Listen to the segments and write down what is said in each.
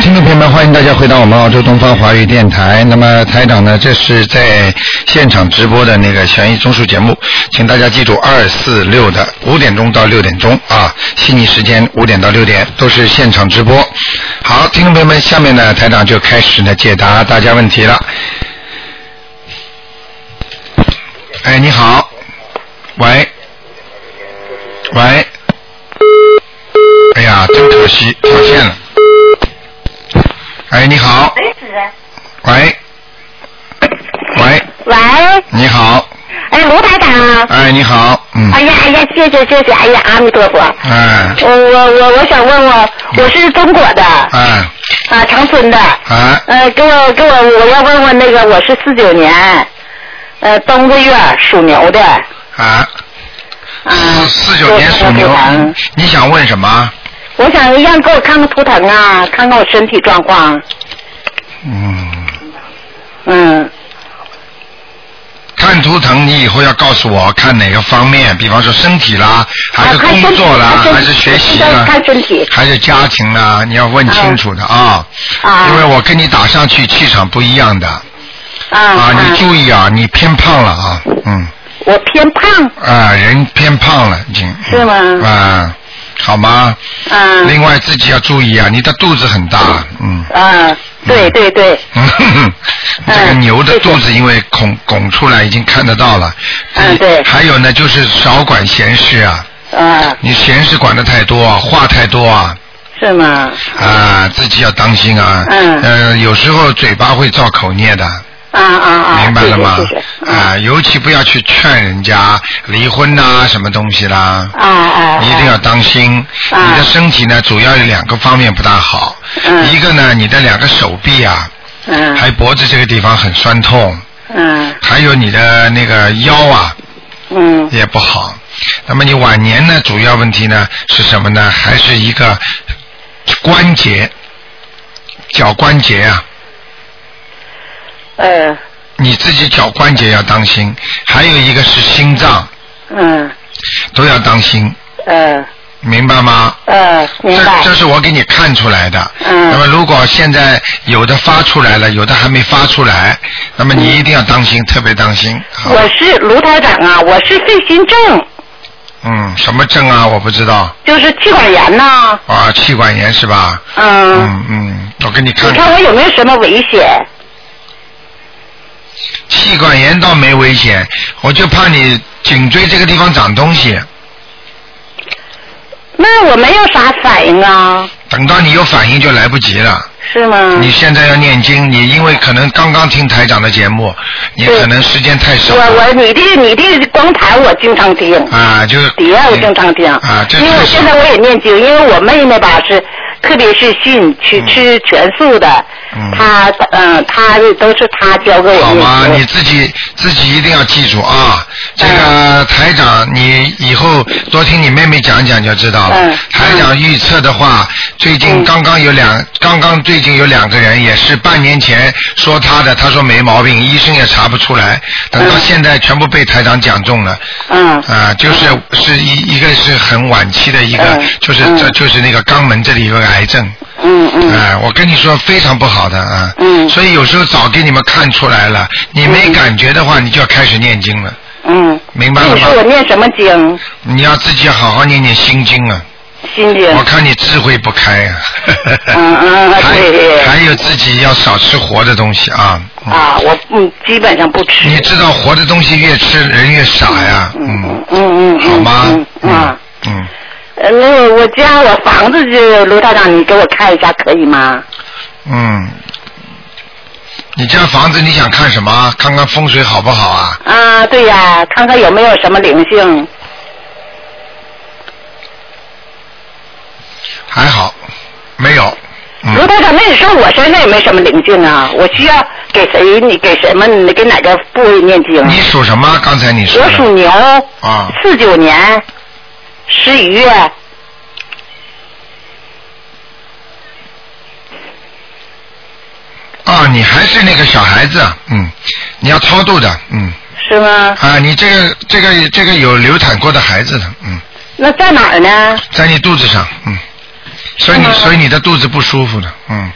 听众朋友们，欢迎大家回到我们澳洲东方华语电台。那么台长呢，这是在现场直播的那个悬疑综述节目，请大家记住二四六的五点钟到六点钟啊，悉尼时间五点到六点都是现场直播。好，听众朋友们，下面呢，台长就开始呢解答大家问题了。哎，你好，喂，喂，哎呀，真可惜，跳线了。哎，你好，喂，喂，喂，你好，哎，卢台长啊！哎，你好，嗯，哎呀，哎呀，谢谢谢谢，哎呀，阿弥陀佛！哎，我我我我想问嗯问，我是中国的啊，哎，长春的，哎，呃，给我给我我要问问那个，我是四九年，呃，冬个月属牛的，哎，啊，四哎四九年属牛给我看看图腾，你想问什么？我想让给我看看图腾啊，看看我身体状况，嗯，嗯，看图腾，你以后要告诉我看哪个方面，比方说身体啦，还是啊看身工体作啦，看身体还是学习看身啦，看身体还是家庭啦，你要问清楚的啊，啊因为我跟你打上去气场不一样的啊啊，你注意啊，你偏胖了啊，嗯。我偏胖，啊，人偏胖了已经。是吗啊，好吗？嗯、另外自己要注意啊，你的肚子很大，嗯。啊，对对对，嗯 这个牛的肚子因为拱拱出来已经看得到了。嗯你对还有呢，就是少管闲事啊，啊，你闲事管的太多，话太多啊。是吗？啊，自己要当心啊！嗯呃，有时候嘴巴会造口孽的，啊啊啊！明白了吗谢谢谢谢？嗯啊，尤其不要去劝人家离婚呐、什么东西啦。啊啊！你一定要当心。啊你的身体呢，主要有两个方面不大好。嗯一个呢，你的两个手臂啊，嗯还脖子这个地方很酸痛，嗯还有你的那个腰啊嗯也不好。那么你晚年呢，主要问题呢是什么呢？还是一个关节，脚关节啊。呃你自己脚关节要当心，还有一个是心脏嗯都要当心，呃明白吗？呃，明白这这是我给你看出来的。嗯那么如果现在有的发出来了，有的还没发出来，那么你一定要当心，特别当心。好吧嗯我是卢台长啊，我是肺心症，嗯，什么症啊？我不知道。就是气管炎呐、啊，气管炎是吧？嗯，嗯嗯，我给你看你看我有没有什么危险？气管炎倒没危险，我就怕你颈椎这个地方长东西。那我没有啥反应啊，等到你有反应就来不及了。是吗？你现在要念经，你因为可能刚刚听台长的节目，你对可能时间太少我了。我你的你的光盘我经常听，啊，就是底下我经常听，啊，这因为我太少现在我也念经，因为我妹妹吧是，特别是信去嗯吃全素的，嗯她嗯她都是她教给我好吗？念你经，自己自己一定要记住啊！嗯这个台长，你以后多听你妹妹讲讲就知道了。嗯台长预测的话，最近嗯刚刚有两，刚刚最近有两个人也是半年前说他的，他说没毛病，医生也查不出来，等到嗯现在全部被台长讲中了。嗯啊，就是是一一个是很晚期的一个嗯，就是嗯这就是那个肛门这里有个癌症，嗯嗯哎，我跟你说非常不好的啊。嗯所以有时候早给你们看出来了，你没感觉的话，你就要开始念经了，嗯，明白那了你吗说？我念什么经？你要自己好好念念心经啊！心经我看你智慧不开啊。嗯嗯 还对还有自己要少吃活的东西啊。嗯啊，我嗯基本上不吃你，知道活的东西越吃人越傻呀。嗯嗯嗯好吗嗯？嗯啊，嗯。呃那我家我房子就卢台长，你给我看一下可以吗？嗯。你家房子你想看什么？看看风水好不好啊？啊，对呀，看看有没有什么灵性。还好，没有。嗯卢台长，那你说我身上有没有什么灵性啊？我需要给谁？你给什么？你给哪个部位念经？啊你属什么？刚才你说我的属牛，啊，四九年十一月。啊，你还是那个小孩子，嗯，你要超度的，嗯，是吗？啊，你这个这个这个有流产过的孩子的，嗯，那在哪儿呢？在你肚子上，嗯，所以你嗯所以你的肚子不舒服的，嗯，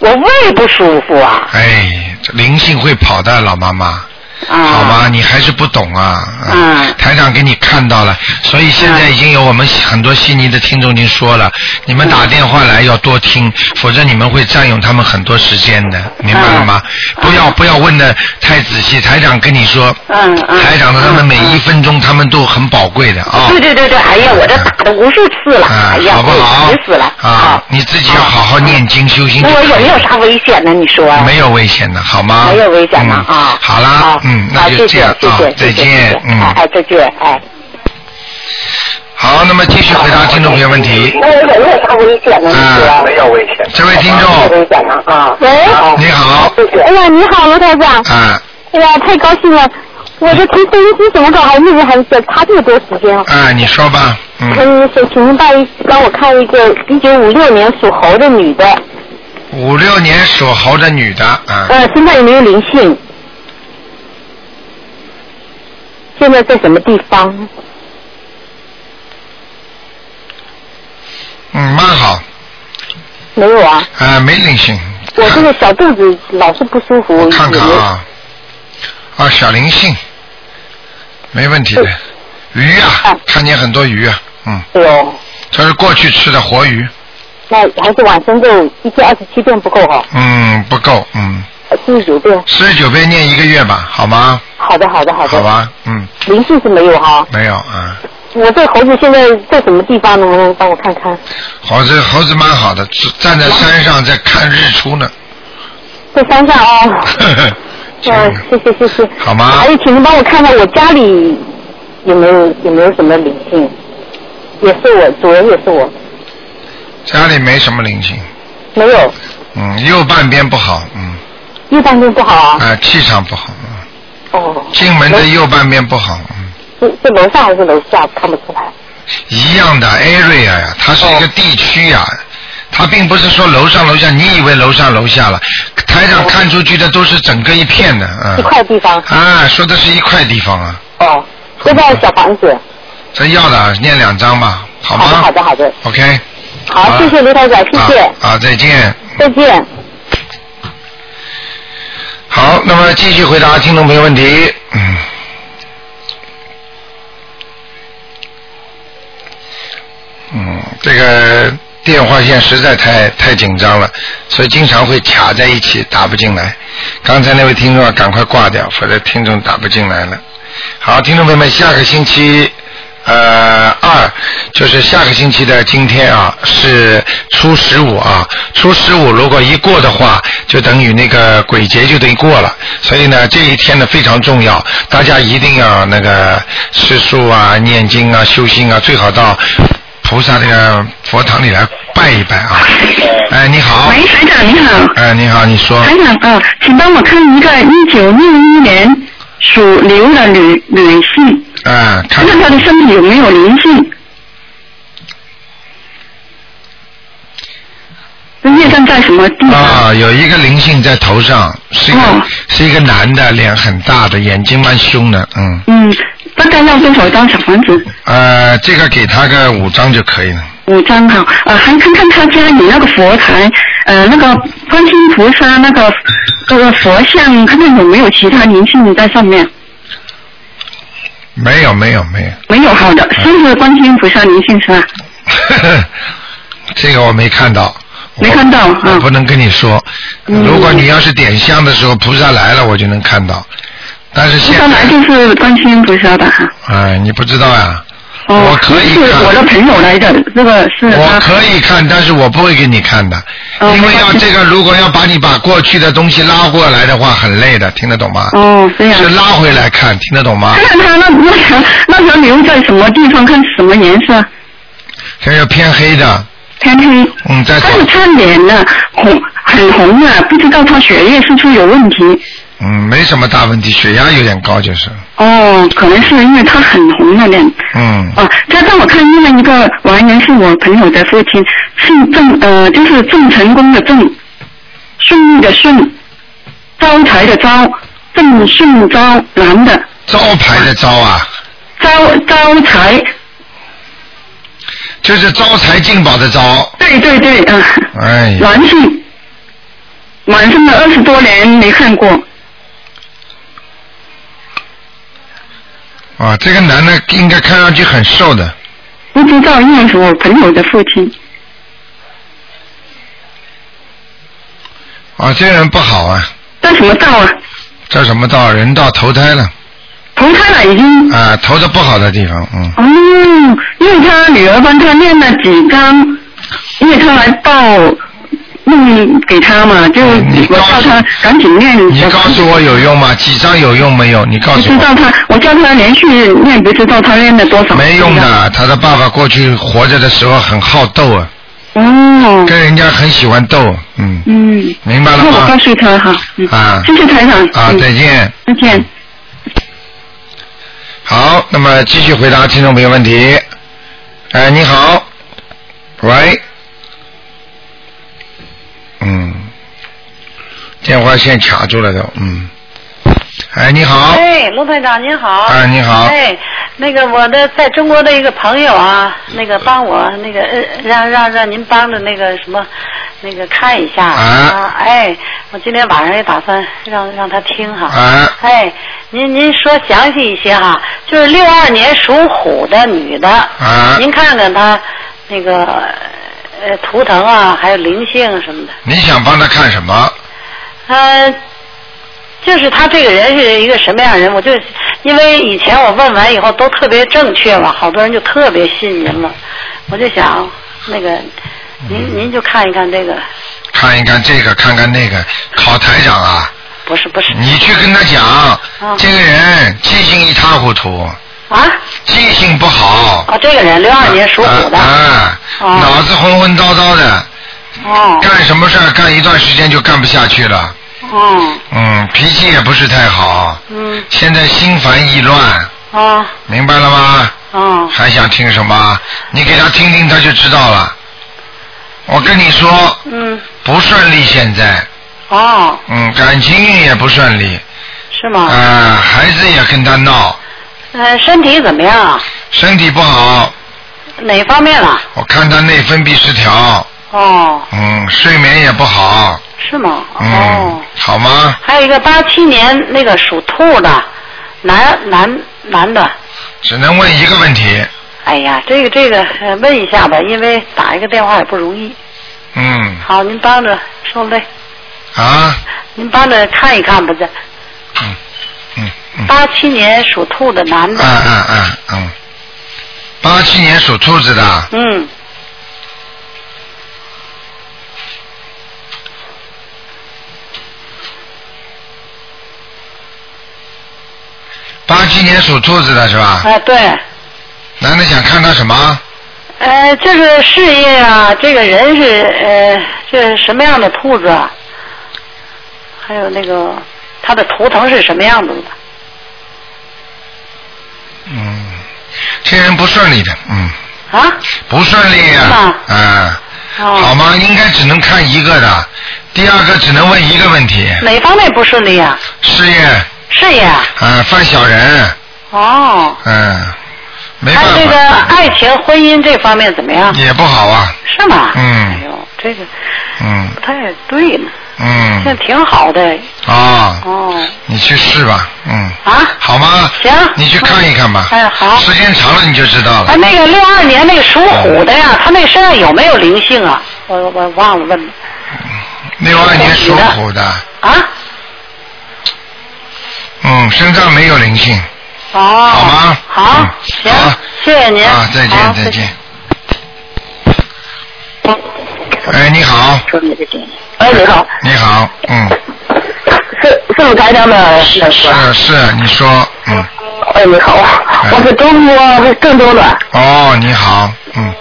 我胃不舒服啊。哎，这灵性会跑的，老妈妈。啊。好吧，你还是不懂啊。嗯台长给你看到了，所以现在已经有我们很多悉尼的听众已经说了，你们打电话来要多听，否则你们会占用他们很多时间的，明白了吗？不要不要问的太仔细，台长跟你说，嗯嗯。台长的他们每一嗯分钟他们都很宝贵的啊。对对对对，哎呀，我这打了无数次了，哎嗯，呀，好不好？急死了。嗯啊，你自己要好好念经修心就那可我以了。有没有啥危险呢？你说？没有危险的，好吗？没有危险呢嗯啊。好啦好，嗯，那好就这样谢啊谢，再谢谢谢谢见，哎嗯。哎，再见，哎。好，那么继续回答听众朋友问题。那我有没有啥危险嗯呢？你啊说？没有危险。这位听没有众，危险呢啊。喂，你好，谢谢。哎呀，你好，罗台长，啊哎呀，太高兴了！我这听收音机怎么搞还那个还得差这么多时间啊？啊，你说吧，嗯，嗯，请请您帮一帮我看一个一九五六年属猴的女的，五六年属猴的女的，啊，呃，身上有没有灵性？现在在什么地方？嗯，蛮好，没有啊，啊，没灵性。我这个小肚子老是不舒服，我有看看啊，啊，小灵性，没问题的，鱼啊嗯啊，看见很多鱼啊，嗯，没有。哎呦，这是过去吃的活鱼，那还是往生咒一天二十七遍不够哈、嗯，不够，嗯，四十九遍。四十九遍念一个月吧，好吗？好的，好的，好的。好吧，嗯，灵性是没有哈、没有啊，我这猴子现在在什么地方？能不能帮我看看？猴子猴子蛮好的，只站在山上在看日出 呢。在山上哦。嗯嗯，谢谢谢谢。好吗还有，请您帮我看看我家里有没有有没有什么灵性？也是我，主人也是我，家里没什么灵性，没有。嗯，右半边不好，嗯，右半边不好啊、啊。气场不好，嗯哦。进门的右半边不好，嗯，楼是是楼上还是楼下？看不出来。啊一样的 area 呀，它是一个地区呀、哦它并不是说楼上楼下，你以为楼上楼下了，台上看出去的都是整个一片的，哦嗯，一块地方。啊，说的是一块地方啊，哦。这个小房子。这要的啊念两张吧，好吗？好的好的好的 OK，好，谢谢刘台长，谢啊谢，，啊，再见。再见。哦好，那么继续回答听众朋友问题。嗯。嗯，这个电话线实在太太紧张了，所以经常会卡在一起，打不进来。刚才那位听众啊，赶快挂掉，否则听众打不进来了。好，听众朋友们，下个星期呃二就是下个星期的今天啊，是初十五啊，初十五如果一过的话，就等于那个鬼节就等于过了，所以呢这一天呢非常重要，大家一定要那个吃素啊、念经啊、修心啊，最好到菩萨这个佛堂里来拜一拜啊。哎，你好，喂，台长你好，哎，你好，你说，台长啊、请帮我看一个一九六一年属牛的女女性，哎，看看她的身体有没有灵性？那业障在什么地方？啊，有一个灵性在头上，是一个、嗯哦是一个男的，脸很大的，眼睛蛮凶的，嗯，嗯，大概要多少张小房子？呃，这个给他个五张就可以了。五张哈。呃，还看看他家里那个佛台，呃，那个观世音菩萨那个那个佛像，看看有没有其他灵性在上面。没有没有没有 没有好的，是不是观世音菩萨灵性是吧？呵呵，这个我没看到。我没看到我嗯不能跟你说。嗯如果你要是点香的时候，菩萨来了，我就能看到。但是菩现萨来在，就是观世音菩萨吧？哈。哎，你不知道呀、哦，我可以是看我的朋友来的，这个是我他。可以看，但是我不会给你看的，嗯啊哦因为没关要系这个，如果要把你把过去的东西拉过来的话，很累的，听得懂吗？哦，这样是。拉回来看，听得懂吗 看？看他那那条那条牛在什么地方，看什么颜色，这是偏黑的，偏黑。嗯，在但是他脸呢红很红啊，不知道他血液是不是有问题。嗯，没什么大问题，血压有点高就是，哦，可能是因为他很红的脸。嗯，哦，再让我看另外一个完人是我朋友的父亲，姓郑，呃，就是郑成功的郑，顺利的顺，招财的招，郑顺招，男的，招牌的招啊，招招财，就是招财进宝的招，对啊对对对，嗯、哎呀，男性，晚上了二十多年没看过，啊，这个男的应该看上去很瘦的，不知道因为是我朋友的父亲，啊，这个人不好啊，在什么道啊？叫什么道？啊人到投胎了，投胎了已经。啊，投的不好的地方，嗯，哦，因为他女儿帮他念了几张，因为他来报弄给他嘛，就嗯你我告叫诉他赶紧念。你告诉我有用吗？几张有用没有？你嗯告不诉知道我，他，我叫他连续念，不知道他念了多少。没用。的。他的爸爸过去活着的时候很好斗啊，哦，跟人家很喜欢斗，嗯，嗯，明白那了我告吗？诉他哈，嗯，啊谢谢台长，啊，嗯再见。再见。好，那么继续回答听众朋友问题。哎，你好，喂，嗯，电话线卡住了都，嗯，哎，你好，哎，罗团长您好。哎，你好，哎，那个我的在中国的一个朋友啊，那个帮我那个呃让让让您帮着那个什么那个看一下啊哎，我今天晚上也打算让让他听哈。啊，哎，您您说详细一些哈，就是六二年属虎的女的，啊您看看她那个呃图腾啊，还有灵性什么的。你想帮他看什么？呃，就是他这个人是一个什么样的人？我就因为以前我问完以后都特别正确嘛，好多人就特别信您了。我就想那个，嗯您您就看一看这个，看一看这个，看看那个，考台长啊，不是不是你去跟他讲，哦嗯这个人记性一塌糊涂，啊记性不好，啊，这个人六二年属虎的，啊，哦脑子昏昏叨叨的，哦干什么事儿干一段时间就干不下去了，哦嗯，脾气也不是太好，嗯现在心烦意乱，哦明白了吗？哦还想听什么？你给他听听，他就知道了。我跟你说，嗯不顺利现在，哦，嗯，感情运也不顺利，是啊、吗？孩子也跟他闹，呃，身体怎么样啊？身体不好，哪方面了？我看他内分泌失调，哦，嗯，睡眠也不好，是吗？哦嗯，。好吗？还有一个八七年那个属兔的，男男男的，只能问一个问题。哎呀，这个这个呃问一下吧，因为打一个电话也不容易。嗯好，您帮着受累，啊，您帮着看一看吧，这嗯嗯嗯，八七年属兔的男嗯的，嗯嗯嗯，八七年属兔子的，嗯，八七年属兔子的是吧？啊对，男的想看他什么？呃，这个事业啊，这个人是呃，这什么样的兔子啊？还有那个他的图腾是什么样子的？嗯，这人不顺利的，嗯，啊？不顺利是啊吗，啊，哦，好吗？应该只能看一个的，第二个只能问一个问题，哪方面不顺利啊？事业事业啊？啊，犯小人，哦。嗯，没办他这个法，爱情、婚姻这方面怎么样？也不好啊，是吗？嗯哎呦，这个嗯不太对呢，现在嗯，挺好的。啊，哦，你去试吧，嗯。啊，好吗？行你去看一看吧。哎好时间长了你就知道哎，了。那个六二年那个属虎的呀，他那个身上有没有灵性啊？我我我忘了问了六二年属虎的，啊。嗯，身上没有灵性，哦。好好吗？好嗯，行好，谢谢您。啊，再好见，再。谢谢见。哎，你好，哎，你好，你好，嗯，是是鲁台长的老师吧？是是，你说，嗯，哎，你好，我是中国郑州的，哦，你好，嗯，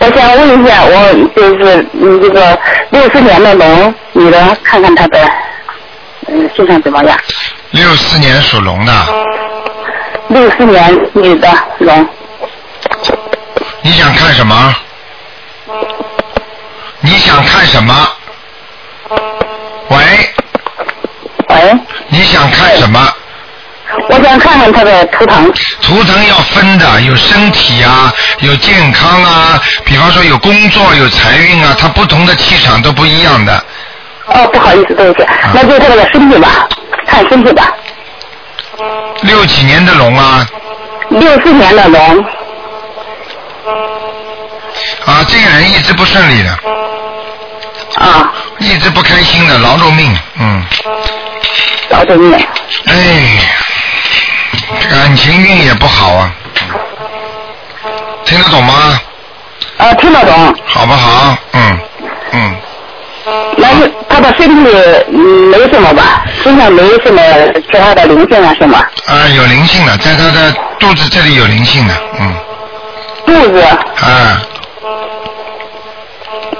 我想问一下，我就是你这个六四年的龙女的，看看她的嗯身上怎么样？六四年属龙的，六四年女的龙，你想看什么？你想看什么？喂，喂，你想看什么？我想想看看他的图腾。图腾要分的，有身体啊，有健康啊，比方说有工作、有财运啊，它不同的气场都不一样的。哦，不好意思，对不起，啊那就他的身体吧，看身体吧。六几年的龙啊，六四年的龙，啊，这个人一直不顺利的，啊，一直不开心的，劳碌命，嗯，找对面。哎，感情运也不好啊，听得懂吗？啊，听得懂。好不好？嗯嗯，那是他的身体嗯没什么吧，身上没什么其他的灵性啊什么，啊，有灵性的，在他的肚子这里有灵性的，嗯，肚子，啊，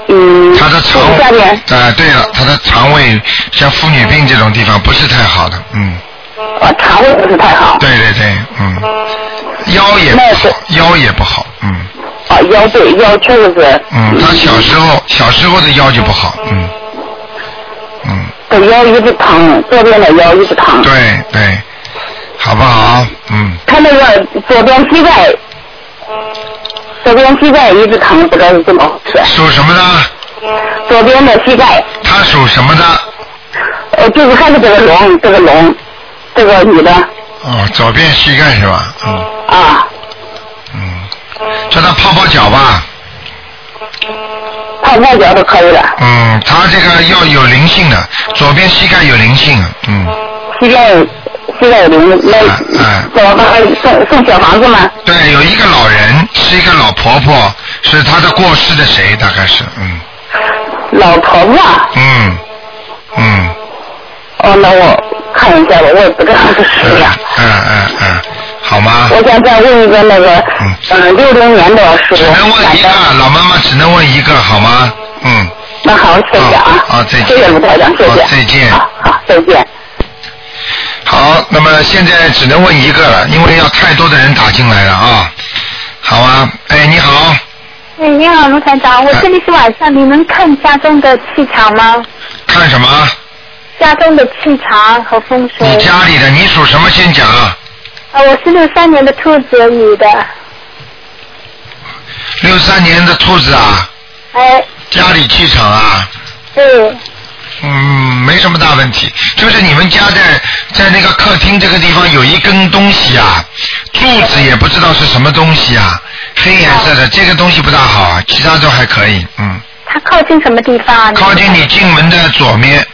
嗯，他的肚肠子下面，啊，对了，他的肠胃像妇女病这种地方不是太好的，嗯，啊，肠胃不是太好，对对对，嗯，腰也那不是好，腰也不好，嗯啊，腰背腰确实是，嗯，他小时候小时候的腰就不好，嗯嗯，这腰一直疼，左边的腰一直疼，对对，好不好？嗯，他那个左边膝盖，左边膝盖一直疼，不知道是怎么回事，属什么的？左边的膝盖，他属什么的？呃，就是还是这个龙，这个龙，这个女的，哦，左边膝盖是吧？嗯啊，嗯，叫他泡泡脚吧。泡泡脚都可以了。嗯，他这个要有灵性的，左边膝盖有灵性，嗯，膝盖膝盖有灵，那哎哎怎么办？送送小房子吗？对，有一个老人是一个老婆婆，是她的过世的谁？大概是，嗯老婆婆，嗯嗯，哦，那我看一下吧，我也不知道是谁呀、嗯嗯嗯，好吗？我想再问一个那个嗯，嗯，六零年的属只能问啊男一的个，，老妈妈只能问一个，好吗？嗯，那好，谢谢啊，好好哦再见哦谢谢卢台长，谢谢，好再见好，好再见。好，那么现在只能问一个了，因为要太多的人打进来了啊。好啊，哎，你好，哎，你好，卢团长，我这里是晚上，你能看家中的气场吗？看什么？家中的气场和风嗯水。你家里的，你属什么？先讲啊。啊，我是六三年的兔子，女的。六三年的兔子啊，哎，家里气场啊，对，嗯，没什么大问题。就是你们家在在那个客厅这个地方有一根东西啊，柱子也不知道是什么东西啊，黑颜色的，这个东西不大好啊，其他都还可以，嗯。它靠近什么地方啊？靠近你进门的左面，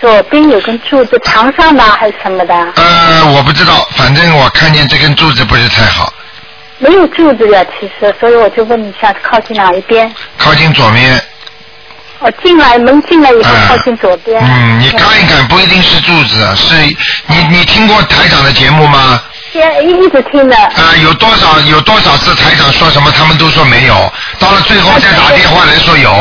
左边有根柱子，墙上吧还是什么的？呃，我不知道，反正我看见这根柱子不是太好，没有柱子的，其实，所以我就问一下，靠近哪一边？靠近左面。我进来门进来以后嗯靠近左边。嗯，你看一看，不一定是柱子，啊是你你听过台长的节目吗？先一直听的。啊、有多少有多少次台长说什么，他们都说没有，到了最后再打电话来说有，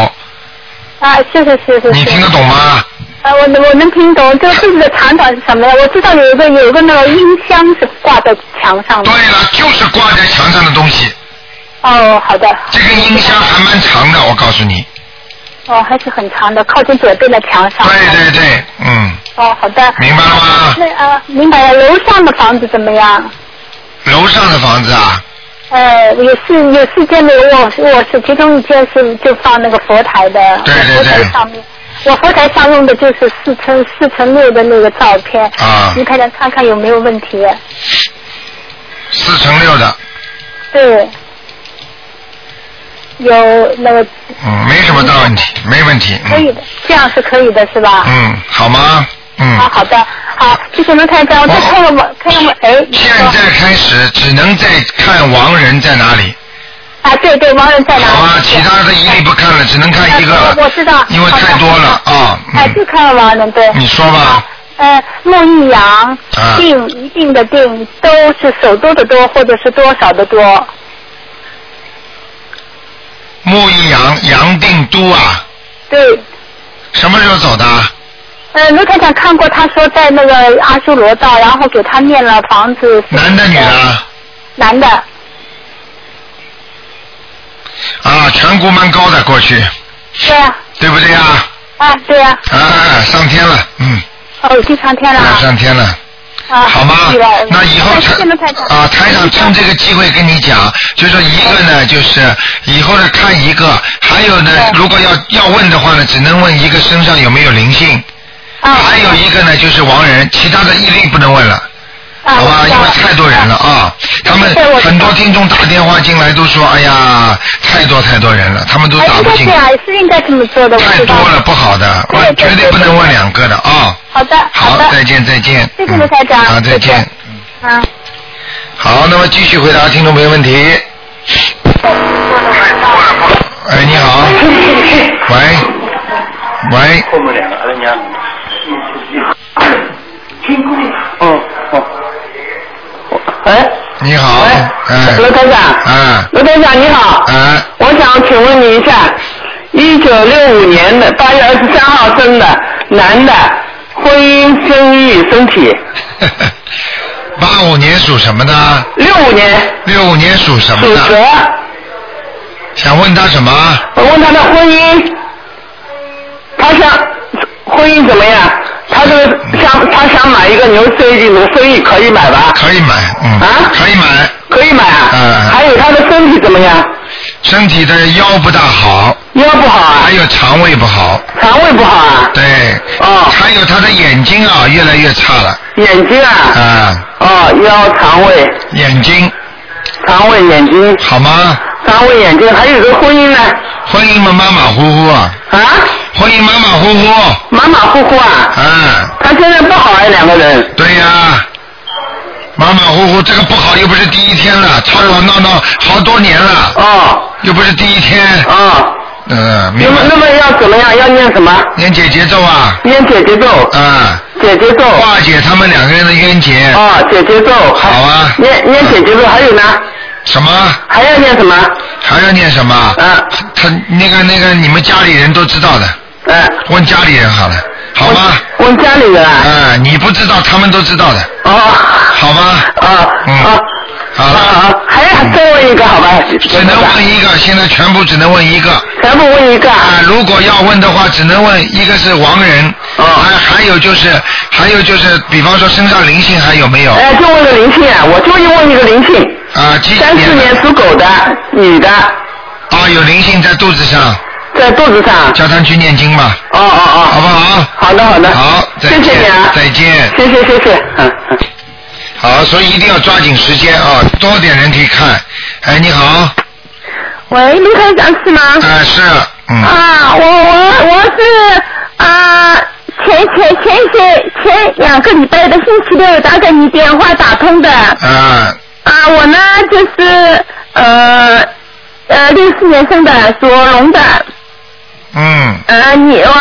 啊，谢谢谢谢。你听得懂吗？啊，我能我能听懂这个肚子的长短是什么呀？我知道有一个有一个那个音箱是挂在墙上的对。了，就是挂在墙上的东西，哦，好的。这个音箱还蛮长的，我告诉你。哦，还是很长的，靠近左边的墙上。对对对，嗯，哦，好的。明白了吗？那啊，明白了。楼上的房子怎么样？楼上的房子啊，呃，也是有四间的卧室，卧室其中一间是就放那个佛台的，对对我佛对台上面。我佛台上用的就是四乘四乘六的那个照片，啊你看看看看有没有问题？四乘六的，对，有那个嗯，没什么大问题，没问题，可以嗯，的，这样是可以的，是吧？嗯，好吗？嗯啊，，好的，好，谢谢卢台长，我再看看我看看我，哎，你现说在开始只能再看亡人在哪里，啊，对对，王人在哪里？好吧？其他的一律不看了，只能看一个啊我我知道了，因为太多了啊。哎，嗯。就看了王人对。你说吧啊。呃，陆易阳啊，定一定的定，都是手多的多，或者是多少的多。木易阳杨定都啊，对，什么时候走的？呃，卢台长看过，他说在那个阿修罗道，然后给他念了房子。男的女的？男的，嗯啊，颧骨蛮高的，过去对啊，对不对啊？啊，对啊，啊，上天了，嗯，哦，已经上天了啊。上天了。啊好吗对了？那以后谢谢卢台长啊，台长趁这个机会跟你讲，就说一个呢，就是以后呢看一个，还有呢，如果要要问的话呢，只能问一个身上有没有灵性，啊，还有一个呢就是亡人，其他的一律不能问了。啊，好吧，我知因道为了嗯太多人了啊，他们对我知道很多听众打电话进来都说，哎呀，太多太多人了，他们都哎，打应不该进这，样，是应该这么做的，我太知多道。了不好的，对我对绝对对不对能问对两个的啊。好的，好，的，再见再见。谢谢卢台长嗯好，再谢谢见。啊。好，那么继续回答听众朋友问 题。哎，你好。喂。喂。后面两个，哎呀，听过哦哦，喂，你好。哎。罗台长，啊罗台长你好，啊， 我想请问你一下，一九六五年的八月二十三号生的男的，婚姻、生育、身体，八五年属什么呢？六五年六五年属什么属蛇的？，想问他什么？我问他的婚姻，他想婚姻怎么样？他这个想他想买一个牛 C 的牛 C 可以买吧？可以买，嗯，啊可以买。可以买啊。嗯还有他的身体怎么样？身体的腰不大好，腰不好啊还，有肠胃不好，肠胃不好啊，对，哦，还有他的眼睛啊越来越差了，眼睛啊，啊，哦，腰、肠胃、眼睛肠胃、眼睛、好吗？肠胃、眼睛，还有个婚姻呢？婚姻嘛马马虎虎啊，啊，婚姻马马虎虎，马马虎虎啊，啊，他现在不好啊，两个人。对呀、马马虎虎，这个不好又不是第一天了，吵吵闹闹好多年了，哦，又不是第一天，哦，嗯，明那么白那？么要怎么样？要念什么？念姐姐咒啊，念姐姐咒，啊，姐姐咒。化解他们两个人的冤结，哦，姐姐咒。好好啊念念姐姐咒，还有呢？什么？还要念什么？还要念什么？啊，他那个那个，你们家里人都知道的，嗯、问家里人好了，好吗？我我家里人啊、啊。你不知道，他们都知道的，哦。好吗？啊嗯啊好啊了，嗯啊！还要再问一个好吧？只能问一个，现在全部只能问一个。全部问一个啊、啊。如果要问的话，只能问一个是亡人，哦还还有就是还有就是，比方说身上灵性还有没有？啊、哎，就问个灵性啊，我就问一个灵性，几几三四年的？年属狗的女的，啊、有灵性在肚子上，在肚子上。叫他去念经吧，哦哦好不好？哦，好的好的，好，再谢见，谢你啊，再见。谢谢谢谢，嗯嗯。好，所以一定要抓紧时间啊，多点人可以看。哎，你好，喂，卢台长是吗？啊、是，嗯，啊，我我我是啊，前前前些前两个礼拜的星期六打给你电话打通的啊，啊，我呢就是呃呃六四年生的属龙的，嗯，呃你我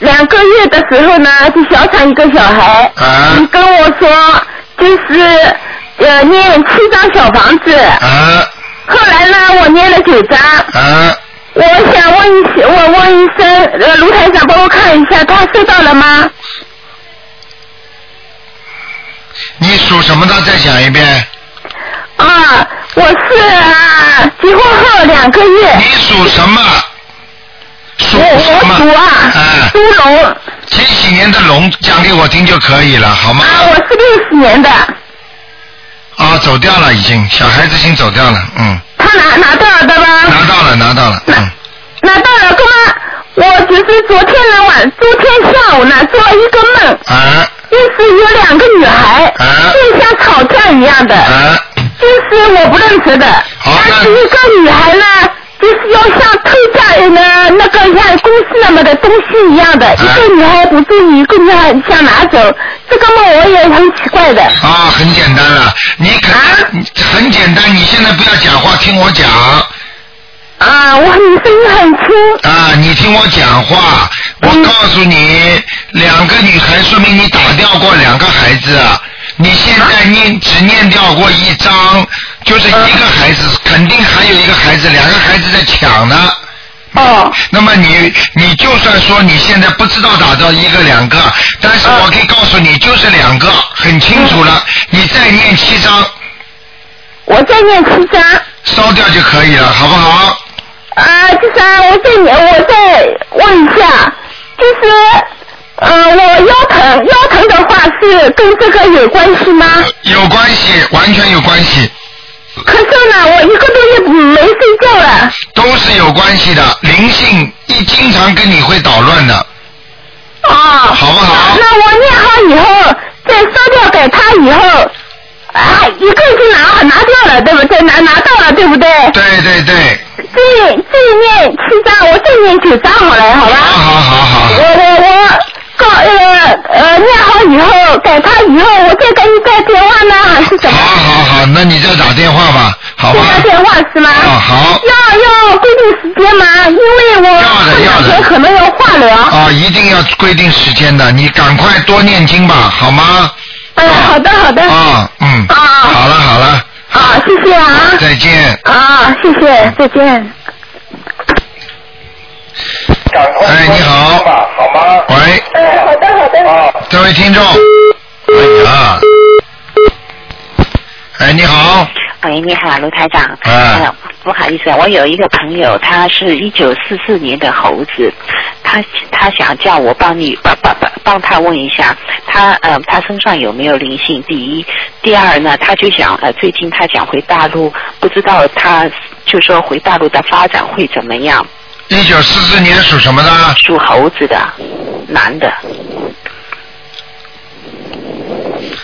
两个月的时候呢就小产一个小孩，你啊，跟我说就是呃念七张小房子，啊，后来呢我念了九张，啊，我想问一下，我问一声，呃，卢台长帮我看一下，他收到了吗？你属什么的？再讲一遍。啊，我是啊，结婚后两个月，你属什么？属我什我属么？啊哎，猪龙啊，几几年的龙讲给我听就可以了，好吗？啊我是六十年的，啊，走掉了，已经，小孩子已经走掉了，嗯，他拿拿到了的吗？拿到了，拿到了，嗯，拿到了，哥们，我只是昨天呢晚，昨天下午呢做了一个梦，啊，就是有两个女孩，啊就像吵架一样的，啊，就是我不认识的，好那但是一个女孩呢，就是要像偷嫁人呢那个像公司那么的东西一样啊的，一个女孩不注意，一个女孩想拿走，这个梦我也很奇怪的。啊，很简单了，你可、很简单，你现在不要讲话，听我讲。啊，我你声音很轻，啊，你听我讲话，我告诉你，两个女孩说明你打掉过两个孩子，你现在念只念掉过一张，就是一个孩子，肯定还有一个孩子，两个孩子在抢呢。哦，那么你你就算说你现在不知道打掉一个两个，但是我可以告诉你，就是两个，很清楚了。你再念七张，我再念七章，烧掉就可以了，好不好？啊，就是啊我再念，我再问一下，就是。呃，我腰疼，腰疼的话是跟这个有关系吗？有关系，完全有关系，可是呢，我一个多月没睡觉了。都是有关系的。灵性一经常跟你会捣乱的，哦。好不好？那我念好以后，再烧掉给他以后，啊，一个已经拿拿掉了，对不对？拿拿到了，对不对？对对对，这这念七张，我再念九张好了，好吧？好好好好我，我我告呃呃念好以后，给他以后，我再给你打电话呢，还是怎么？好好好，那你就打电话吧，好给吧？他电话是吗？啊好要要规定时间吗？因为我要的这要两的天可能要化疗。啊，一定要规定时间的，你赶快多念经吧，好吗？哎，好的好的。啊，嗯，啊好了好了，啊，谢谢啊。再见。啊，谢谢，再见。赶快哎，你好，吧，好吗？喂，哎，好的好的。啊，这位听众，哎呀，哎，你好，喂，你好，卢台长。啊哎哎呀不好意思啊，我有一个朋友，他是一九四四年的猴子，他他想叫我帮你帮帮帮帮他问一下，他呃他身上有没有灵性？第一，第二呢，他就想呃最近他想回大陆，不知道他就说回大陆的发展会怎么样？一九四四年属什么的？属猴子的，男的，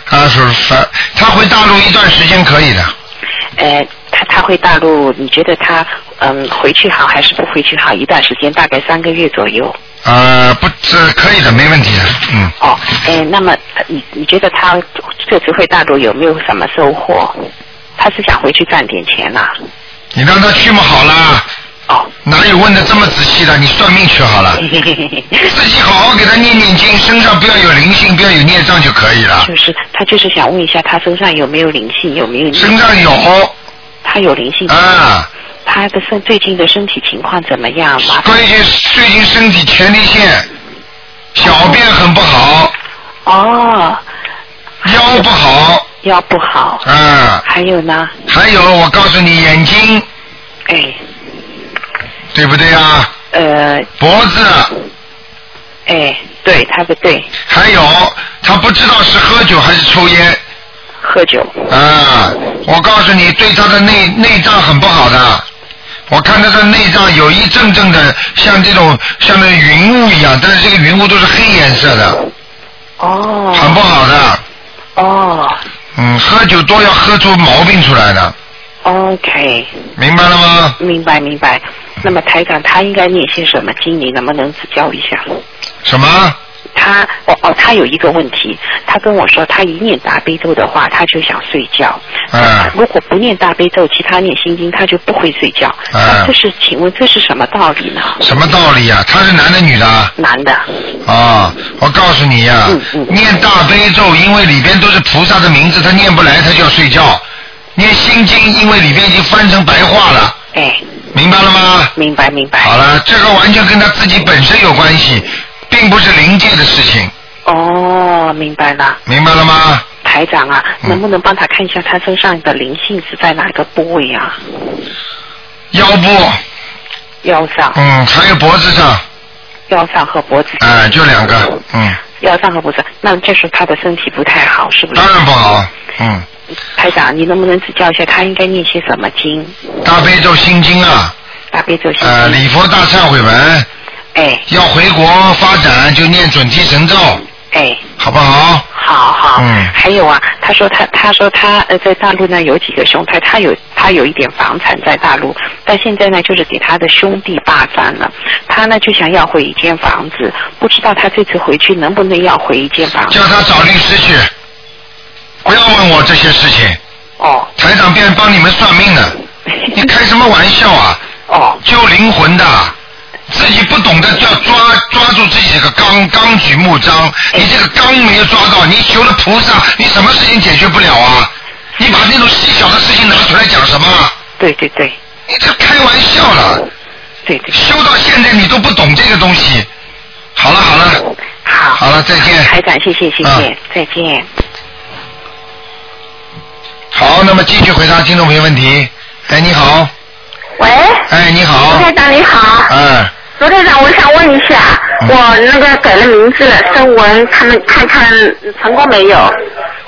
啊，属反，他回大陆一段时间可以的。呃，他他回大陆，你觉得他嗯回去好还是不回去好？一段时间，大概三个月左右。呃，不，这可以的，没问题的，嗯，哦，哎，那么呃你你觉得他这次回大陆有没有什么收获？他是想回去赚点钱呐、你让他去嘛好啦，哦， 哪有问的这么仔细的？你算命去好了，自己好好给他念念经，身上不要有灵性，不要有孽障就可以了。就是他就是想问一下，他身上有没有灵性？有没有？身上有他有灵性，啊，他的身最近的身体情况怎么样？麻烦关键是最近身体前列腺、小便很不好，哦，腰不好腰不好，啊，还有呢？还有我告诉你，眼睛哎，对不对啊？呃，脖子哎，对，他不对，还有他不知道是喝酒还是抽烟。喝酒，啊，我告诉你，对他的内内脏很不好的。我看他的内脏有一阵阵的，像这种像那云雾一样，但是这个云雾都是黑颜色的，哦，很不好的。哦嗯，喝酒多要喝出毛病出来的， ，OK。明白了吗？明白明白。那么台长他应该念些什么经？你能不能指教一下？什么？他哦哦，他有一个问题，他跟我说，他一念大悲咒的话，他就想睡觉。嗯如果不念大悲咒，其他念心经，他就不会睡觉。嗯那这是，请问这是什么道理呢？什么道理呀、啊他是男的女的啊？男的，啊，我告诉你呀、嗯嗯念大悲咒，因为里边都是菩萨的名字，他念不来，他就要睡觉。念心经，因为里边已经翻成白话了，哎，明白了吗？明白明白。好了，这个完全跟他自己本身有关系，并不是灵界的事情，哦，明白了，明白了吗？台长啊，嗯能不能帮他看一下他身上的灵性是在哪个部位啊？腰部，腰上，嗯，还有脖子上，啊、腰上和脖子上。就两个，嗯，腰上和脖子，那就是他的身体不太好，是不是当？然不好，嗯，台长，你能不能指教一下他应该念些什么经？大悲咒心经啊，大悲咒心经。呃，礼佛大忏悔文，哎要回国发展就念准提神咒，哎，好不好？好好。嗯还有啊，他说他他说他呃在大陆呢有几个兄台，他有他有一点房产在大陆，但现在呢就是给他的兄弟霸占了，他呢就想要回一间房子，不知道他这次回去能不能要回一间房子？叫他找律师去，不要问我这些事情，哦台长便帮你们算命的，你开什么玩笑啊？ 哦救灵魂的，自己不懂得要抓抓住自己这个纲纲举目张，你这个纲没有抓到，你求了菩萨，你什么事情解决不了啊？你把那种细小的事情拿出来讲什么？对对对你这开玩笑了，对对，修到现在你都不懂这个东西。好了好了，好。好了再见台长，谢谢谢谢，嗯再见。好，那么继续回答听众朋友问题。哎，你好，喂，哎，你好卢，台长你好，哎，卢台长，我想问一下，嗯我那个改了名字了，声纹，他们看看成功没有？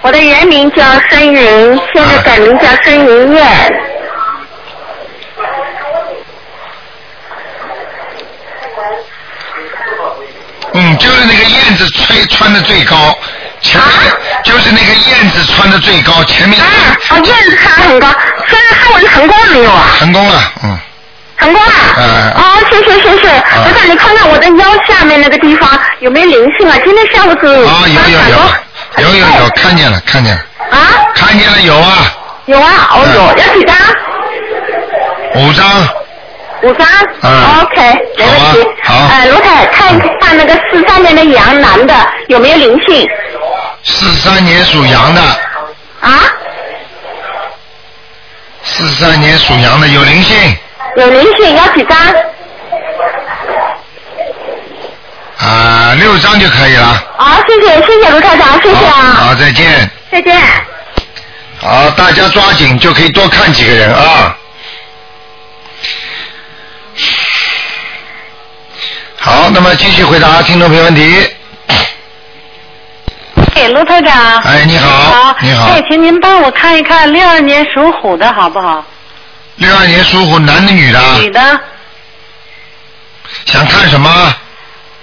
我的原名叫孙云，现在改名叫孙云燕。嗯，就是那个燕子吹穿的最高，前面、就是那个燕子穿的最高，前啊面、哦，燕子长很高，现在汉文成功了没有啊？成功了，嗯，成功了。嗯哦，谢谢谢谢，哎我让你看看我的腰下面那个地方有没有灵性啊？今天下午子嗯啊、有有有有有哎有，看见了看见了，啊，看见了有啊，有啊，哦哎有，要几张？五张，五张。嗯 OK，没问题。好呃，卢凯看一下那个四三年的羊男的有没有灵性？四三年属羊的，啊，四三年属羊的有灵性，有灵性要几张？啊、六张就可以了，好，哦谢谢谢谢卢台长，谢谢啊，好，再见，再见。好，大家抓紧就可以多看几个人啊。好，那么继续回答听众朋友问题。哎，卢台长。哎你好你好哎，请您帮我看一看六二年属虎的好不好？六二年属虎，男的女的啊？女的，想看什么？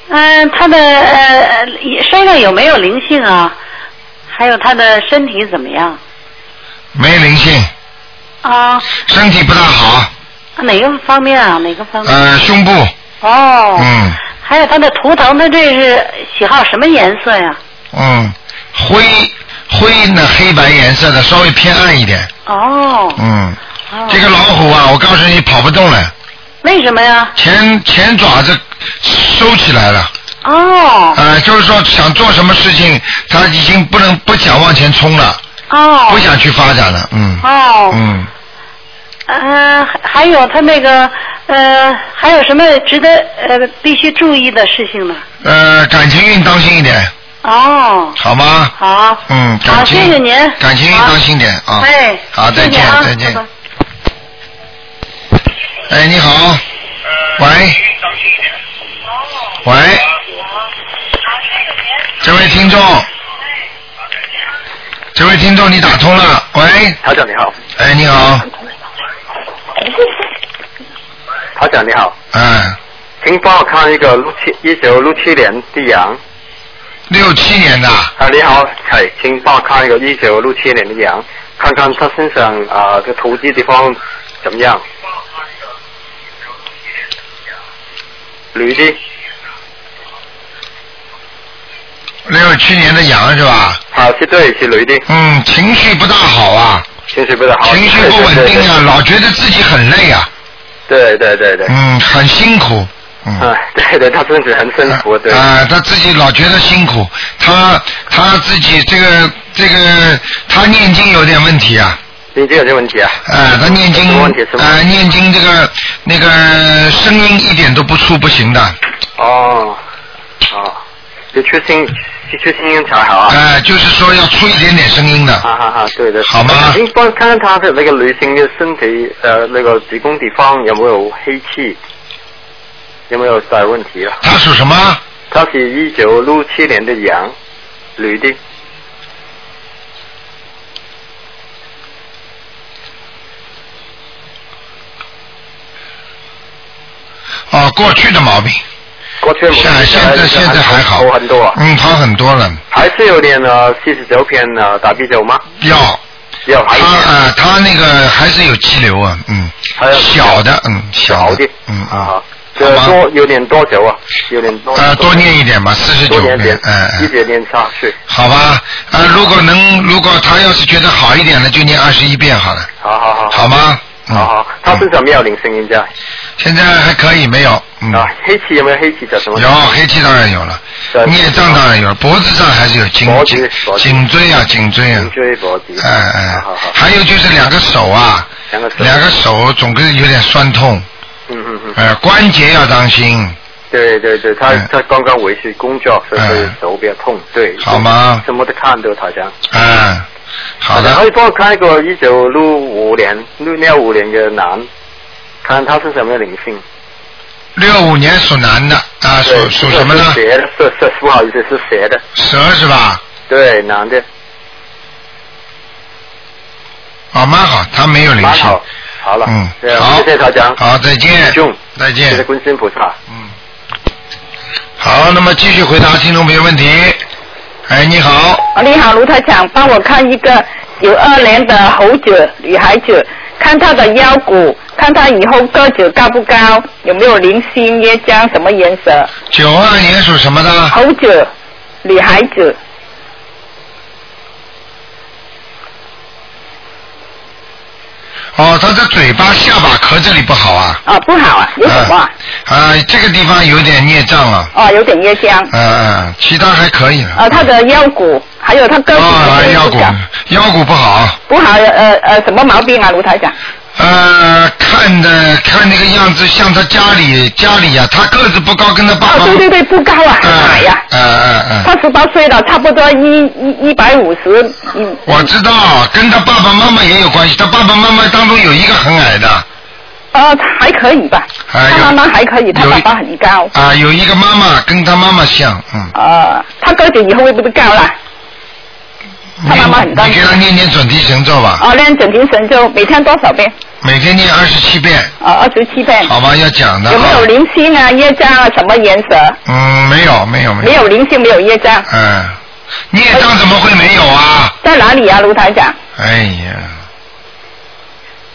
嗯，她的呃身上有没有灵性啊？还有她的身体怎么样？没灵性，啊，身体不大好，哪个方面啊？哪个方面？呃，胸部，哦，嗯还有她的图腾，她这是喜好什么颜色呀？嗯，灰灰呢，黑白颜色的，稍微偏暗一点，哦，嗯。这个老虎啊，我告诉你跑不动了，为什么呀？前前爪子收起来了，哦，呃，就是说想做什么事情，他已经不能不想往前冲了，哦，啊不想去发展了，嗯，哦，嗯，嗯，还还有他那个呃，还有什么值得呃必须注意的事情呢？呃，感情运当心一点，哦，好吗？好，嗯，好，感谢情，谢您，感情运好当心点啊。哎，好，再谢见谢啊，再见拜拜。哎，你好，喂，喂，这位听众，这位听众你打通了，喂，台长你好，哎，你好，台长你好，嗯，请帮我看一个六七一九六七年的羊六七年的，啊，你好，哎，请帮我看一个一九六七年的羊，看看他身上啊这个投资地方怎么样？女的，六七年的羊是吧？啊，是对，是女的，嗯，情绪不大好啊，情绪不太好，情绪不稳定啊，老觉得自己很累啊，对对对对，嗯，很辛苦，嗯。啊，对对，他身体很辛苦，对，啊、他自己老觉得辛苦，他他自己这个这个他念经有点问题啊，你这有这问题啊？啊、他念经什么问题？什么？啊、念经这个那个声音一点都不出不行的，啊、哦，哦，就缺心，就缺心音才好啊。就是说要出一点点声音的，哈哈哈，对对。啊好吗请帮看看他的那个女性的身体，呃，那个子宫地方有没有黑气，有没有啥问题啊？他属什么？她是一九六七年的羊，女的，哦，过去的毛病，过去现啊现在现在还好好很多啊，嗯，好很多了，还是有点呃四十九片呃打啤酒吗？要要还他有啊、他那个还是有肌瘤啊，嗯，还有小的，嗯，小好的的，嗯啊，啊，这好吧多有点多久啊？有点多呃，多念一点吧，四十多九念遍，点嗯，嗯一点点下去。好吧，呃，如果能，如果他要是觉得好一点了，就念二十一遍好了，好好好，好吗？嗯，好好，他身上没有灵性人家现在还可以没有？嗯，啊，黑气有没有黑气叫什么？有黑气当然有了，对孽障当然有了，脖子上还是有颈脖子颈脖子颈椎啊，颈椎啊颈，椎脖子。哎哎好好好，，还有就是两个手啊，两个手两个手总归有点酸痛，嗯嗯嗯，呃，关节要当心，对对对，他嗯他刚刚维系工作，所以嗯手比较痛，对。好吗什么都看都好像。嗯，好可以的，帮我看一个一九六五年六六五年的男，看他是什么灵性。六五年属男的啊，属对属什么呢是？蛇的，是是不好意思，是蛇的。蛇是吧？对，男的，啊，蛮好，他没有灵蛮性。好，好了，嗯这样好谢谢台长，好，再见师兄，再见嗯谢谢观世音菩萨，好，那么继续回答听众朋友问题。哎，你好，哦你好，卢台长，帮我看一个九二年的猴子女孩子，看她的腰骨，看她以后个子高不高，有没有零星椰浆，什么颜色？九二年属什么的？猴子女孩子，哦，他的嘴巴、下巴壳这里不好啊。啊，不好啊，有什么啊？啊，这个地方有点孽障啊了。哦，有点椰浆。嗯、嗯，其他还可以了。呃，她的腰骨，还有她个子啊，腰骨腰骨不好，不好，呃呃，什么毛病啊，卢台长？呃，看的看那个样子，像他家里家里呀、他个子不高，跟他爸爸。哦，对对对，不高啊，矮呀、嗯嗯嗯，她十八岁了，差不多一一一百五十，嗯，我知道，跟他爸爸妈妈也有关系。他爸爸妈妈当中有一个很矮的，呃，还可以吧。哎她有妈妈还可以，她爸爸很高。啊、有一个妈妈跟他妈妈像，嗯。呃，她个子以后会不会高啦？他妈妈很你给他念念准提神咒吧，哦，练整天神咒每天多少遍？每天念二十七遍，哦，二十七遍。好吧？要讲的有没啊有。灵性啊？业障啊？什么颜色？嗯，没有，没有，没有。没有灵性，没有业障，嗯，孽障怎么会没有啊？在哪里啊，卢台长？哎呀，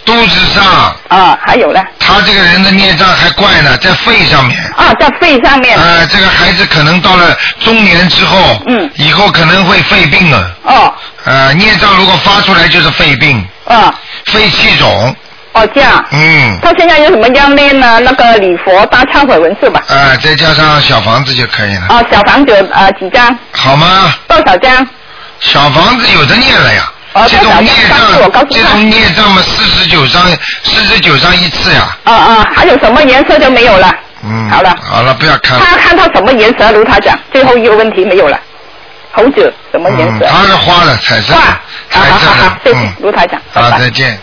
肚子上。啊，还有呢。他这个人的孽障还怪呢，在肺上面。啊，在肺上面。啊，这个孩子可能到了中年之后，嗯，以后可能会肺病了。哦。呃，孽障如果发出来就是肺病。啊。肺气肿。哦，这样。嗯，她现在有什么要念呢？那个礼佛大忏悔文是吧？啊，再加上小房子就可以了，啊，小房子呃几张？好吗？多少张？小房子有的念了呀。哦这多少种孽张上次我告诉障，他这种孽障嘛，四十九张，四十九张一次呀。啊啊，还有什么颜色就没有了？嗯。好了好了，不要看了。他看到什么颜色？卢台长，最后一个问题没有了。猴子什么颜嗯，色？他是花的，彩色的，彩色的，嗯。卢台长。好，再见。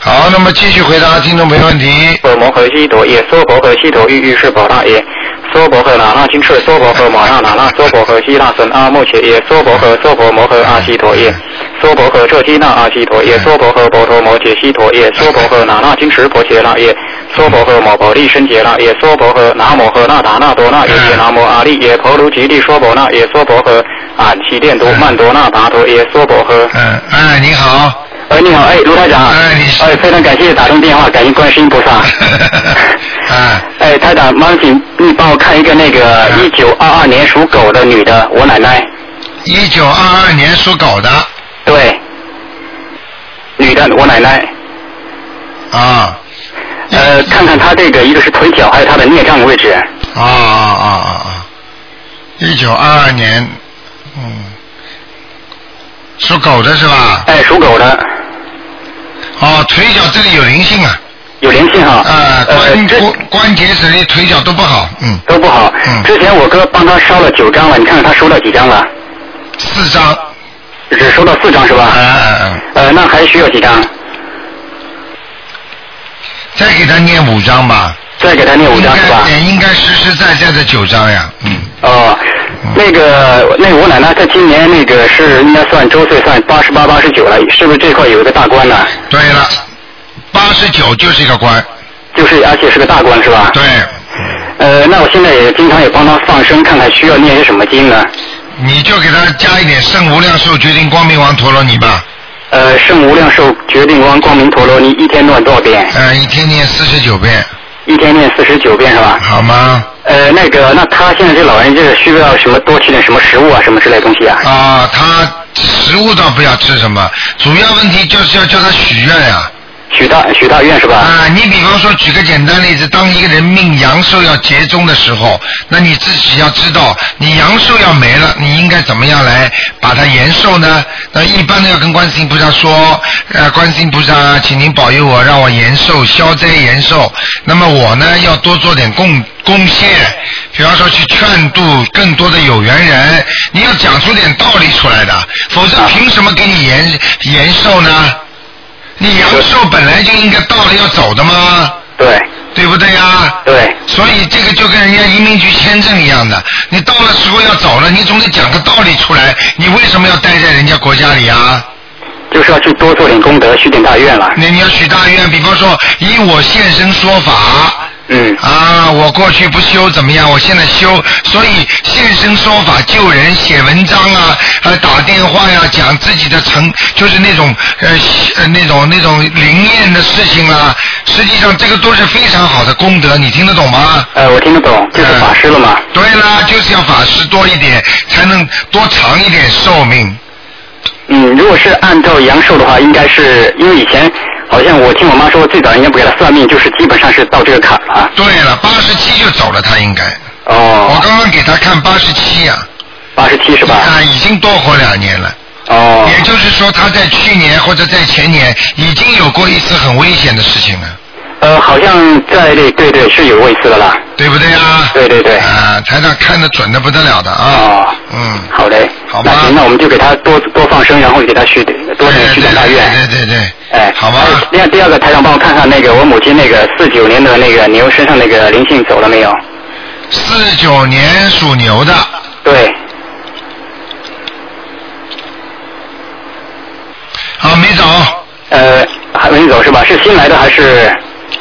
好，那么继续回答听众朋友问题。我摩诃悉陀夜，娑婆诃悉陀喻喻是婆那耶，娑婆诃那那金翅，娑婆诃摩那那那，娑婆诃悉那神阿目切耶，娑婆诃娑婆摩诃阿悉陀耶，娑婆诃彻悉那阿悉陀耶，娑婆诃婆陀摩羯悉陀耶，娑婆诃那那金翅婆切那耶，娑婆诃摩婆利身羯那耶，娑婆诃那摩诃那达那多那耶，南摩阿利耶婆卢吉利娑婆那耶，娑婆诃俺其殿多曼多那达陀耶，娑婆诃。啊嗯，哎，你好。哎，你好，哎，卢台长。哎， 哎，非常感谢打通电话，感谢观世音菩萨。啊哎，台长，麻烦请你帮我看一个那个一九二二年属狗的女的，我奶奶。一九二二年属狗的。对。女的，我奶奶。啊。嗯呃，看看她这个，一个是腿脚，还有她的孽障位置。啊啊啊啊啊！一九二二年，嗯，属狗的是吧？哎，属狗的。哦，腿脚这里有灵性啊。有灵性哈。呃啊，关关关节这里腿脚都不好，嗯，都不好。之前我哥帮她烧了九张了，你看看她收到几张了？四张。啊啊只收到四张是吧？呃，那还需要几张？再给他念五张吧。再给他念五张是吧应该应该实实在在的九张呀，嗯。哦，那个，那我奶奶她今年那个是应该算周岁算八十八、八十九了，是不是这块有一个大关呢？对了，八十九就是一个关。就是而且是个大关是吧？对。呃，那我现在也经常也帮她放生，看看需要念些什么经呢？你就给他加一点圣无量寿决定光明王陀罗尼吧，呃，圣无量寿决定光光明陀罗尼一天念多少遍？呃，一天念四十九遍，一天念四十九遍是吧？好吗？呃，那个，那她现在这老人就是需要什么多吃点什么食物啊，什么之类的东西啊？啊、他食物倒不要吃什么，主要问题就是要叫他许愿呀、许大许大愿是吧？啊、你比方说举个简单例子，当一个人命阳寿要劫中的时候，那你自己要知道，你阳寿要没了，你应该怎么样来把它延寿呢？那一般的要跟观世音菩萨说，呃，观世音菩萨，请您保佑我，让我延寿消灾延寿。那么我呢，要多做点贡贡献，比方说去劝度更多的有缘人，你要讲出点道理出来的，否则凭什么给你延延寿呢？你阳寿本来就应该到了要走的吗？对。对不对呀？对。所以这个就跟人家移民局签证一样的，你到了时候要走了，你总得讲个道理出来，你为什么要待在人家国家里啊？就是要去多做点功德，许点大愿了。那你要许大愿，比方说以我现身说法。嗯。啊，我过去不修怎么样？我现在修，所以现身说法、救人、写文章啊，呃，打电话呀、讲自己的成，就是那种呃呃那种那种灵验的事情啦、实际上这个都是非常好的功德，你听得懂吗？呃，我听得懂，就是法师了嘛。对啦，就是要法师多一点，才能多长一点寿命。嗯，如果是按照阳寿的话，应该是因为以前好像我听我妈说，最早人家不给她算命，就是基本上是到这个坎了啊。对了，八十七就走了，他应该。哦。我刚刚给他看八十七呀。八十七是吧？啊，已经多活两年了。哦。也就是说，他在去年或者在前年已经有过一次很危险的事情了，呃，好像在对对对是有位次的啦。对不对啊？对对对。啊，台长看得准的不得了的啊。哦。嗯。好嘞。好那行，那我们就给他多多放生，然后给他许多点许点大愿。对对对。哎，好吧。另外第二个台长帮我看看那个我母亲那个四九年的那个牛身上那个灵性走了没有？四九年属牛的，对，啊，没走。呃，还没走是吧？是新来的还是？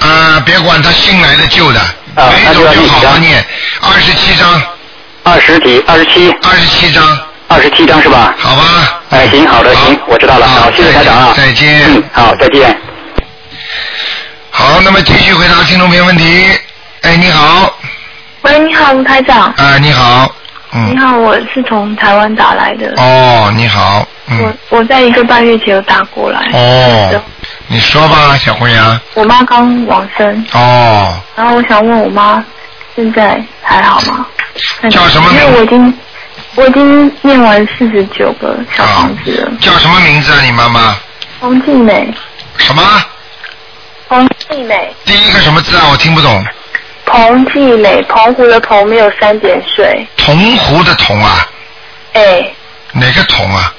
啊，别管他新来的旧的，啊，那就要念几张？二十七张。二十几，二十七。二十七张。二十七张是吧？好吧。哎，行，好的，行，我知道了。好，谢谢台长啊。再见。嗯，好，再见。好，那么继续回答听众朋友问题。哎，你好，喂，你好，卢台长。啊，你好，嗯你好，我是从台湾打来的。哦，你好，嗯，我我在一个半月前有打过来。哦，你说吧，小姑娘。我妈刚往生，哦，然后我想问我妈现在还好吗？叫什么名因为我已经我已经念完四十九个小房子了。啊叫什么名字啊？你妈妈？冯静美，什么？冯静美，第一个什么字啊？我听不懂。彭静美，澎湖的澎没有三点水，铜壶的铜啊？哎，哪个铜啊？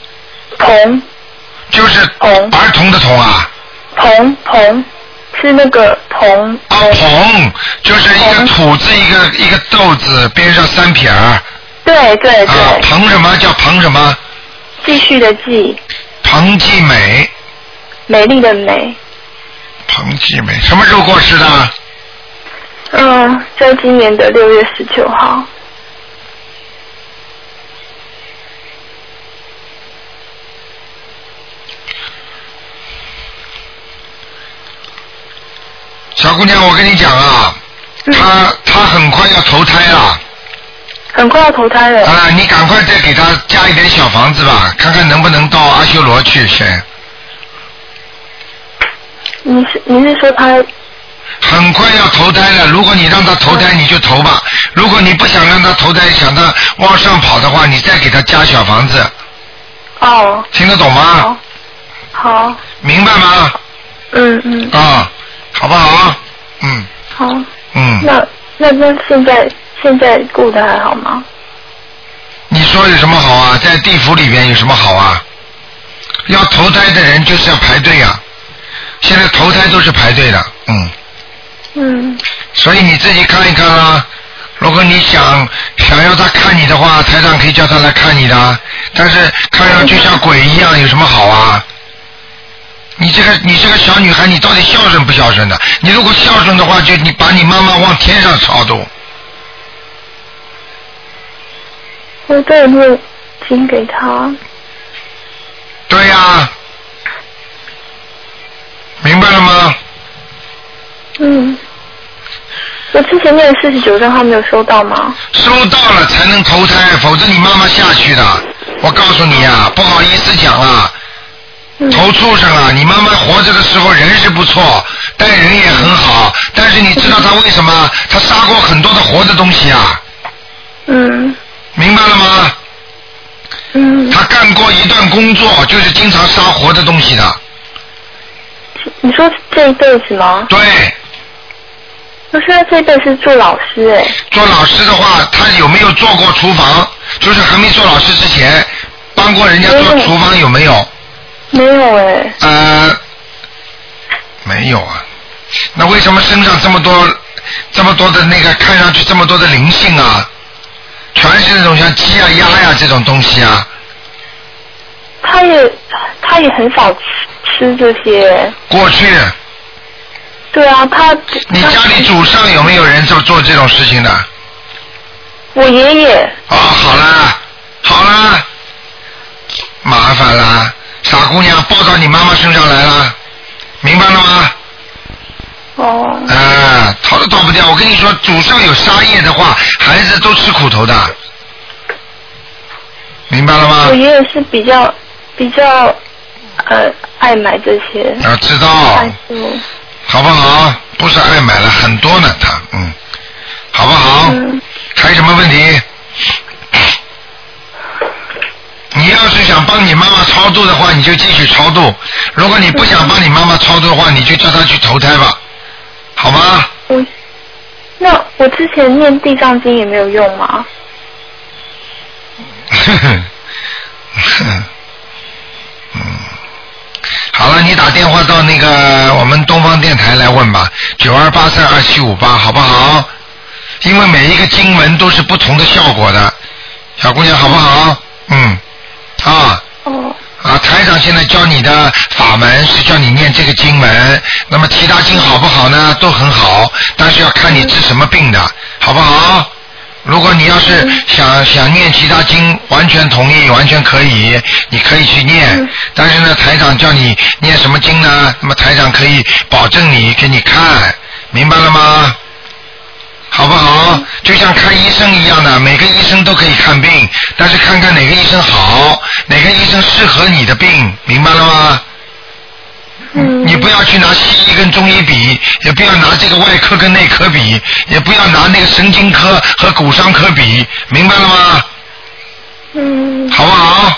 彭就是儿童的童啊。彭彭是那个彭啊彭，就是一个土字，一个一个豆字，边上三撇儿。对对对。啊，彭什么叫彭什么？继续的继，彭继美，美丽的美，彭继美，什么时候过世的？嗯，在今年的六月十九号，小姑娘，我跟你讲啊，嗯她她很快要投胎了。很快要投胎了。啊，你赶快再给她加一点小房子吧，看看能不能到阿修罗去先。你是你是说他很快要投胎了，如果你让她投胎，你就投吧；如果你不想让她投胎，想她往上跑的话，你再给她加小房子，哦听得懂吗？好明白吗？嗯嗯啊，好不好？嗯好，嗯。那那那现在现在过得还好吗？你说有什么好啊？在地府里面有什么好啊？要投胎的人就是要排队呀、现在投胎都是排队的，嗯，嗯所以你自己看一看啦、如果你想想要他看你的话，台长可以叫他来看你的啊，但是看上去像鬼一样，有什么好啊？你这个你这个小女孩，你到底孝顺不孝顺的？你如果孝顺的话，就你把你妈妈往天上超度。我都有念经给他，对呀、明白了吗？嗯。我之前念的四十九张，他没有收到吗？收到了才能投胎，否则你妈妈下去的。我告诉你啊，不好意思讲啊，嗯投畜生啊！你妈妈活着的时候人是不错，待人也很好，但是你知道她为什么？她杀过很多的活的东西啊，嗯明白了吗？嗯。她干过一段工作，就是经常杀活的东西的。你说这一辈子吗？对。可是他这一辈子做老师哎、做老师的话，他有没有做过厨房？就是还没做老师之前，帮过人家做厨房有没有？没有哎、呃，没有啊。那为什么身上这么多这么多的那个看上去这么多的灵性啊，全是那种像鸡啊、鸭呀、这种东西啊。他也他也很少吃吃这些。过去对啊，他你家里祖上有没有人做做这种事情的？哦我爷爷好啦，好啦，麻烦啦，傻姑娘抱到你妈妈身上来啦，明白了吗？哦。啊，逃都逃不掉。我跟你说，祖上有杀业的话，孩子都吃苦头的，明白了吗我？爷爷是比较比较呃爱买这些。啊，知道，爱吃好不好？不是爱买了很多呢，他，嗯，好不好？嗯还有什么问题？你要是想帮你妈妈超度的话，你就继续超度；如果你不想帮你妈妈超度的话，你就叫她去投胎吧，好吗？我那我之前念地藏经也没有用吗？嗯， 好了，你打电话到那个我们东方电台来问吧，九二八三二七五八，好不好？因为每一个经文都是不同的效果的，小姑娘好不好？嗯，啊。哦啊，台长现在教你的法门是教你念这个经文，那么其他经好不好呢？都很好，但是要看你治什么病的，好不好？如果你要是想想念其他经，完全同意，完全可以，你可以去念。但是呢，台长叫你念什么经呢？那么台长可以保证你给你看，明白了吗？好不好？就像看医生一样的，每个医生都可以看病，但是看看哪个医生好，哪个医生适合你的病，明白了吗？嗯。你不要去拿西医跟中医比，也不要拿这个外科跟内科比，也不要拿那个神经科和骨伤科比，明白了吗？嗯。好不好？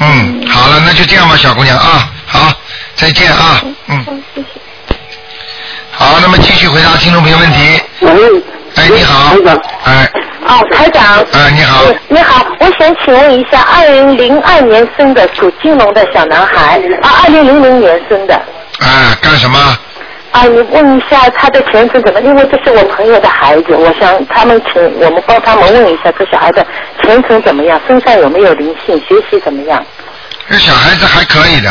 嗯，好了，那就这样吧，小姑娘啊，好，再见啊，嗯。好，那么继续回答听众朋友问题。喂，哎，你好，哎，哦，台长。哎，你好。你好，我想请问一下，二零零二年生的属金龙的小男孩，啊，二零零零年生的，哎，干什么？啊，你问一下他的前程怎么？因为这是我朋友的孩子，我想他们请我们帮他们问一下这小孩的前程怎么样，身上有没有灵性，学习怎么样？这小孩子还可以的，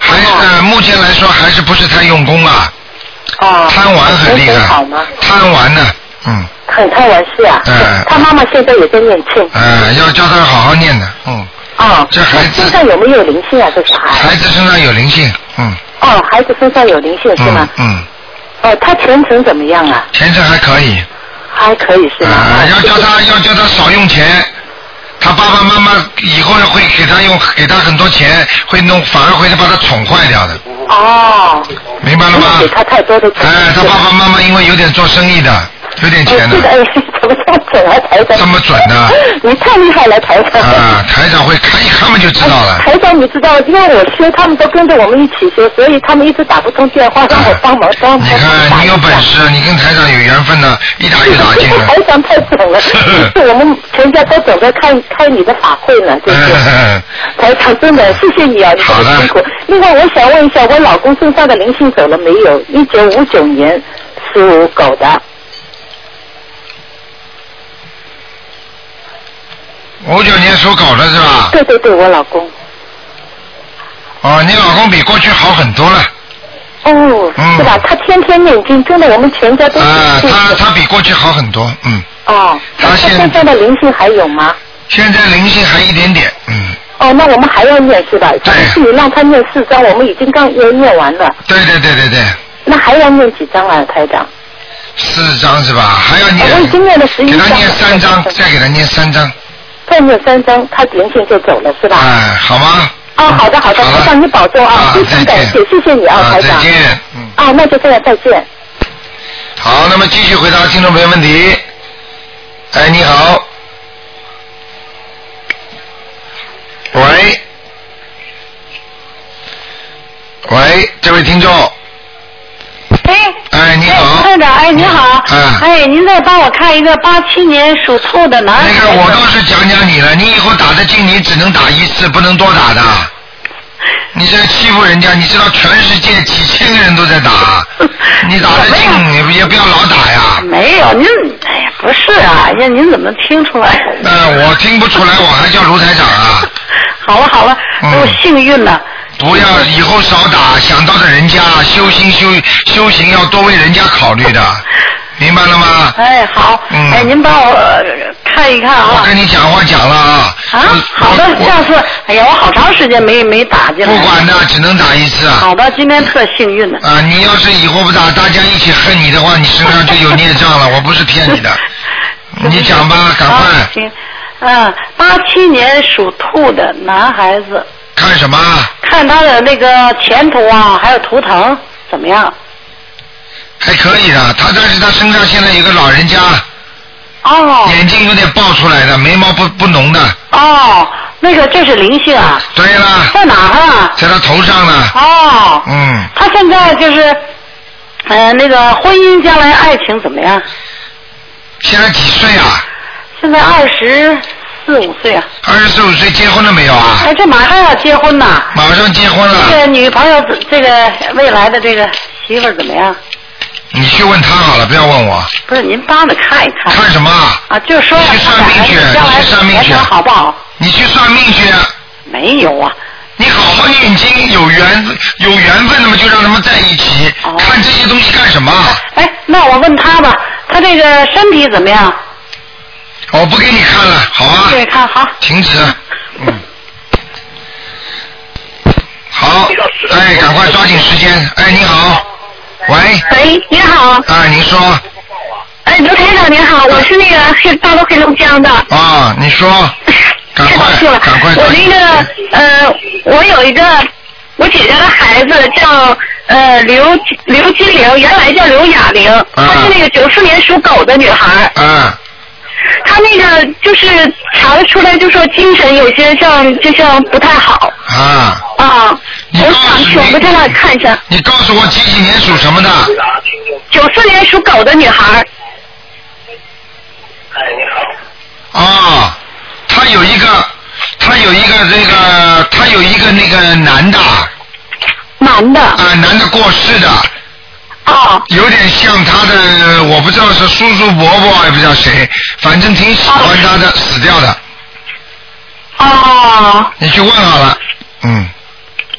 还哦呃，目前来说还是不是太用功啊。哦啊。贪玩很厉前程害好，吗？贪玩呢，嗯，很贪玩是啊。哎 他妈妈现在也在念经。哎，要教他好好念的，嗯，啊。这孩子身上有没有灵性啊？这小孩。孩子身上有灵性，嗯，哦，孩子身上有灵性是吗嗯？嗯，哦，他前程怎么样啊？前程还可以，还可以是吗？哦啊，要教他要教他少用钱，他爸爸妈妈以后会给他用给他很多钱，会弄反而会把他宠坏掉的，哦。明白了吗？给他太多的钱。哎，他爸爸妈妈因为有点做生意的，有点钱的哦。是的，哎，怎么这么准啊，台长？这么准 呢？你太厉害了，台长。啊啊，台长会看一看嘛就知道了。台长，你知道，因为我修，他们都跟着我们一起修，所以他们一直打不通电话，让我帮忙帮忙。啊你看，你有本事，你跟台长有缘分呢，一打就打进 了。 台长太准了，是我们全家都等着看开你的法会呢，对不对？哎台长，真的谢谢你啊，你这么辛苦。另外，我想问一下，我老公身上的灵性走了没有？一九五九年属狗的。五九年属狗的是吧？对对对，我老公。哦，你老公比过去好很多了。哦，嗯是吧？他天天念经，真的，我们全家都是啊，他他比过去好很多，嗯。哦，他身上的灵性还有吗？现在灵性还一点点，嗯。哦，那我们还要念是哎吧？上次你让他念四张，我们已经刚也念完了，对对对对对，那还要念几张啊，台长？哦四张是吧？还要念。我已经念了11哎给他念张三了张，再给他念三张，再念三张，他灵性就走了是吧？哎，嗯好吗？哦，好的好的，台长你保重啊，非常感谢，谢谢你啊，啊，台再长。见。啊，那就这样，再见。好，那么继续回答听众朋友问题。哎，你好。喂。喂，这位听众，哎，哎，你好，台长，哎，你好，嗯哎，您再帮我看一个八七年属兔的男那孩， 个我倒是讲讲你了，你以后打得进，你只能打一次，不能多打的。你这欺负人家，你知道全世界几千个人都在打，你打得进也不也不要老打呀。 没有，您哎呀不是啊，哎呀您怎么听出来？呃，我听不出来，我还叫卢台长啊！ 好了好了，嗯我幸运了。不要以后少打，想到的人家修心修修行要多为人家考虑的，明白了吗？哎，好，哎，您帮我呃看一看啊。嗯我跟你讲话讲了啊，啊，好的，下次，哎呀，我好长时间没没打进来。不管的，只能打一次啊。好的，今天特幸运呢。啊，你要是以后不打，大家一起恨你的话，你身上就有孽障了。我不是骗你 的，你讲吧，赶快啊行，嗯，八七年属兔的男孩子，看什么？看他的那个前途啊，还有图腾怎么样？还可以的，他但是他身上现在有个老人家，哦眼睛有点爆出来的，眉毛不不浓的，哦，那个这是灵性啊。对了。在哪儿啊？在他头上呢。哦，嗯，他现在就是，呃，那个婚姻将来爱情怎么样？现在几岁啊？现在二十四五岁啊。二十四五岁结婚了没有啊？哎，这马上要结婚呐。马上结婚了，这个女朋友，这个未来的这个媳妇儿怎么样？你去问他好了，不要问我。不是，您帮着看一看。看什么？啊，就说呀，算命去，将来算命去，好不好？你去算命去。没有啊。你好好念经，有缘有缘分，那么就让他们在一起。看这些东西干什么？哎，那我问他吧，他这个身体怎么样？我哦不给你看了，好啊。对，看好。停止。嗯。好，哎，赶快抓紧时间。哎，你好，喂。喂，哎你好。啊，您说。哎，刘台长您好，我是那个黑大陆黑龙江的。啊，你说。赶 太高兴了，赶快我那个呃，我有一个我姐姐的孩子叫呃刘刘金玲，原来叫刘雅玲，啊她是那个九四年属狗的女孩。嗯。她那个就是查得出来，就说精神有些像就像不太好啊。啊。我想请个台长看一下，你告诉我几几年属什么的？九四年属狗的女孩，啊，他有一个，他有一个这个，他有一个那个男的。男的。啊，男的过世的。哦。有点像他的，我不知道是叔叔伯伯，也不知道谁，反正挺喜欢他的，死掉的。哦。你去问好了，嗯。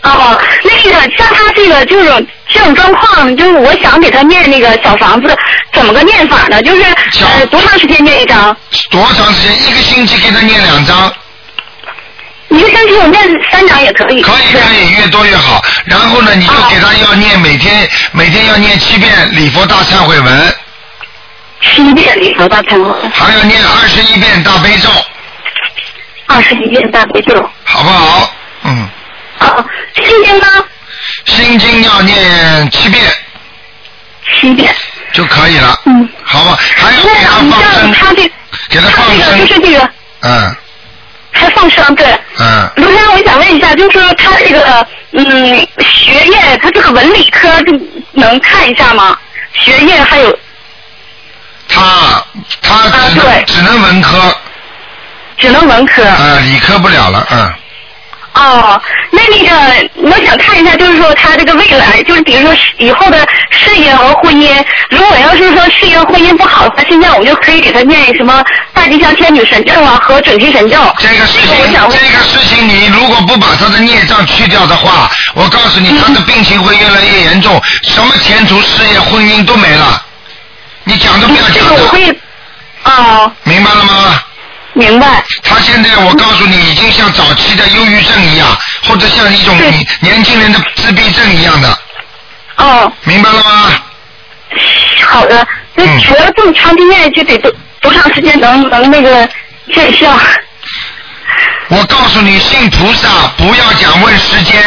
哦，那个像他这个这种这种状况，就是我想给他念那个小房子，怎么个念法呢？就是呃多长时间念一张？多长时间？一个星期给他念两张。一个星期我念三张也可以。可以可以，越多越好。然后呢，你就给他要念每天每天要念七遍礼佛大忏悔文。七遍礼佛大忏悔文。还要念二十一遍大悲咒。二十一遍大悲咒。好不好？嗯。哦啊，心经呢？心经要念七遍。七遍。就可以了。嗯。好吧，还有那长像他这给他放这个就是这个嗯还放生对。嗯。卢先生，我想问一下，就是说他这个嗯学业，他这个文理科就能看一下吗？学业还有他他啊只能、只能文科。只能文科。啊，理科不了了，嗯。哦，那那个，我想看一下，就是说他这个未来，就是比如说以后的事业和婚姻，如果要是说事业婚姻不好，他现在我们就可以给他念什么大吉祥天女神咒啊和准提神咒。哎这个事情，这个事情，你如果不把他的孽障去掉的话，我告诉你，他的病情会越来越严重，什么前途、事业、婚姻都没了。你讲都不要讲的。我会，哦。明白了吗？明白。他现在，我告诉你，已经像早期的忧郁症一样，或者像一种你年轻人的自闭症一样的。哦。明白了吗？嗯好的，那学了这么长时间，就得多多长时间能能那个见效？我告诉你，信菩萨不要讲问时间。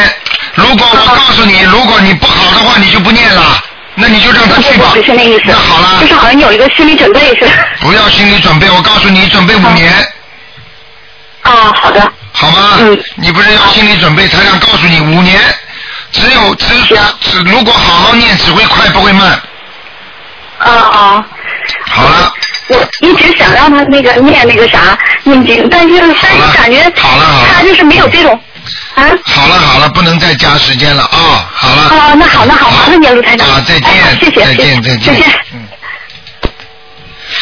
如果我告诉你，如果你不好的话，你就不念了，那你就让他去吧。不是那意思。那好了。就是好像有一个心理准备似的。不要心理准备，我告诉你，准备五年。啊，好的。好吗？嗯。你不是要心理准备？台长告诉你，五年，只有只只如果好好念，只会快不会慢。 啊啊。好了。我一直想让他那个念那个啥念经，但是但是感觉他就是没有这种啊。好了好了，不能再加时间了啊、好了。哦，那好，那好，麻烦你了，卢台长。哎啊，再见，谢谢，再谢见，再谢见，再见。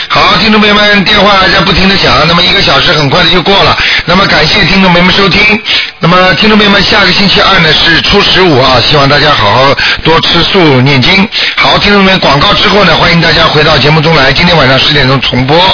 好，听众朋友们，电话在不停的响，那么一个小时很快的就过了。那么感谢听众朋友们收听。那么听众朋友们，下个星期二呢是初十五啊，希望大家好好多吃素念经。好，听众朋友们，广告之后呢，欢迎大家回到节目中来，今天晚上十点钟重播。